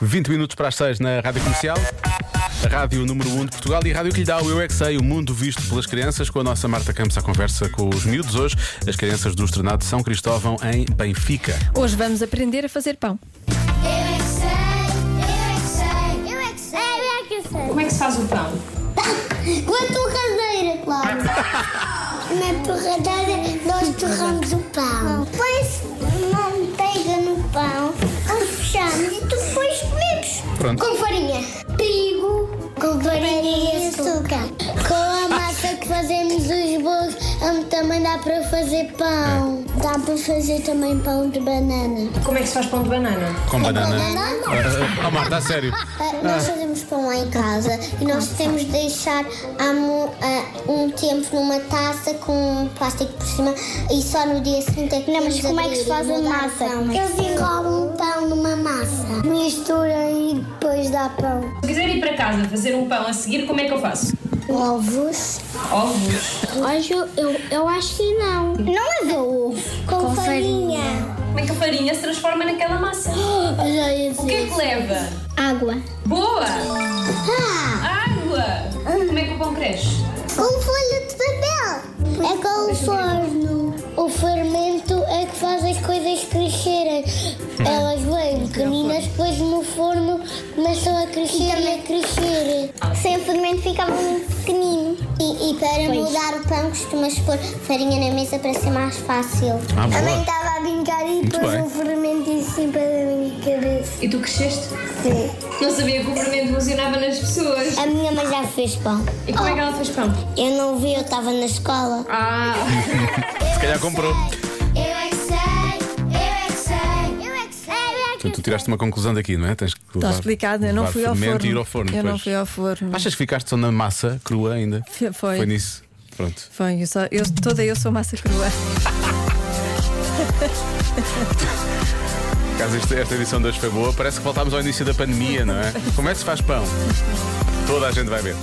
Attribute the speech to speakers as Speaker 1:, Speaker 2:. Speaker 1: 20 minutos para as 6 na Rádio Comercial. A Rádio número 1 de Portugal e a rádio que lhe dá o Eu é Que Sei, o mundo visto pelas crianças, com a nossa Marta Campos à conversa com os miúdos hoje, as crianças do Estrenado de São Cristóvão em Benfica.
Speaker 2: Hoje vamos aprender a fazer pão.
Speaker 3: Eu é que sei, eu é que sei, eu é que sei, eu é que sei.
Speaker 4: Como é que se faz o pão?
Speaker 3: Com a torradeira, claro. Na torradeira nós torramos o pão. Põe-se manteiga no pão, fechamos e depois comemos.
Speaker 1: Pronto.
Speaker 3: Com farinha. Trigo. Com farinha e açúcar. Com a massa que fazemos os bolos, hum, também dá para fazer pão. Dá para fazer também pão de banana.
Speaker 4: Como é que se faz pão de banana?
Speaker 1: Com banana.
Speaker 3: banana?
Speaker 1: Ah, ah, Marta, a sério.
Speaker 3: Ah, Nós fazemos pão lá em casa e nós temos de deixar há mu- ah, um tempo numa taça com um plástico por cima e só no dia seguinte é que Não, mas como é que se faz a massa? é Eles enrolam o um pão numa massa, misturam e depois dá pão.
Speaker 4: Se eu quiser ir para casa fazer um pão a seguir, como é que eu faço?
Speaker 3: Ovos?
Speaker 4: Ovos.
Speaker 3: Hoje eu, eu acho que não. Não é ovo. Com, farinha.
Speaker 4: Como é que a farinha se transforma naquela massa?
Speaker 3: Já ia
Speaker 4: O que é que leva?
Speaker 3: Água.
Speaker 4: Boa!
Speaker 3: Ah!
Speaker 4: Água! Como é que o pão cresce?
Speaker 3: Com folha de papel. É com o forno. O fermento é que faz as coisas crescerem. Elas vêm pequeninas, depois no forno começam a crescer e a crescer. Sem fermento ficava muito pequenino. E, e para mudar o pão costumas pôr farinha na mesa para ser mais fácil.
Speaker 1: Ah, boa.
Speaker 3: a mãe estava a brincar e
Speaker 1: Muito
Speaker 3: pôs
Speaker 1: bem.
Speaker 3: um fermento em cima da minha cabeça.
Speaker 4: E tu cresceste?
Speaker 3: Sim.
Speaker 4: Não sabia que o fermento funcionava nas pessoas.
Speaker 3: A minha mãe já fez pão.
Speaker 4: E como é que ela fez pão?
Speaker 3: Eu não vi, eu estava na escola.
Speaker 4: Ah!
Speaker 1: Se calhar comprou.
Speaker 3: Eu é que sei, eu é que sei, eu é que sei, eu é que
Speaker 1: Portanto, tu tiraste uma conclusão daqui, não é? Tens que
Speaker 2: Está
Speaker 1: levar-
Speaker 2: Tá explicado, eu não
Speaker 1: levar
Speaker 2: fui ao
Speaker 1: fermento
Speaker 2: forno.
Speaker 1: e ir ao forno.
Speaker 2: eu não
Speaker 1: pois.
Speaker 2: fui ao forno.
Speaker 1: Achas que ficaste só na massa crua ainda?
Speaker 2: Foi.
Speaker 1: Foi nisso. Pronto.
Speaker 2: Foi, eu, só- eu- toda eu sou massa crua.
Speaker 1: Caso este- esta edição de hoje foi boa, parece que voltámos ao início da pandemia, não é? Como é que se faz pão? Toda a gente vai ver.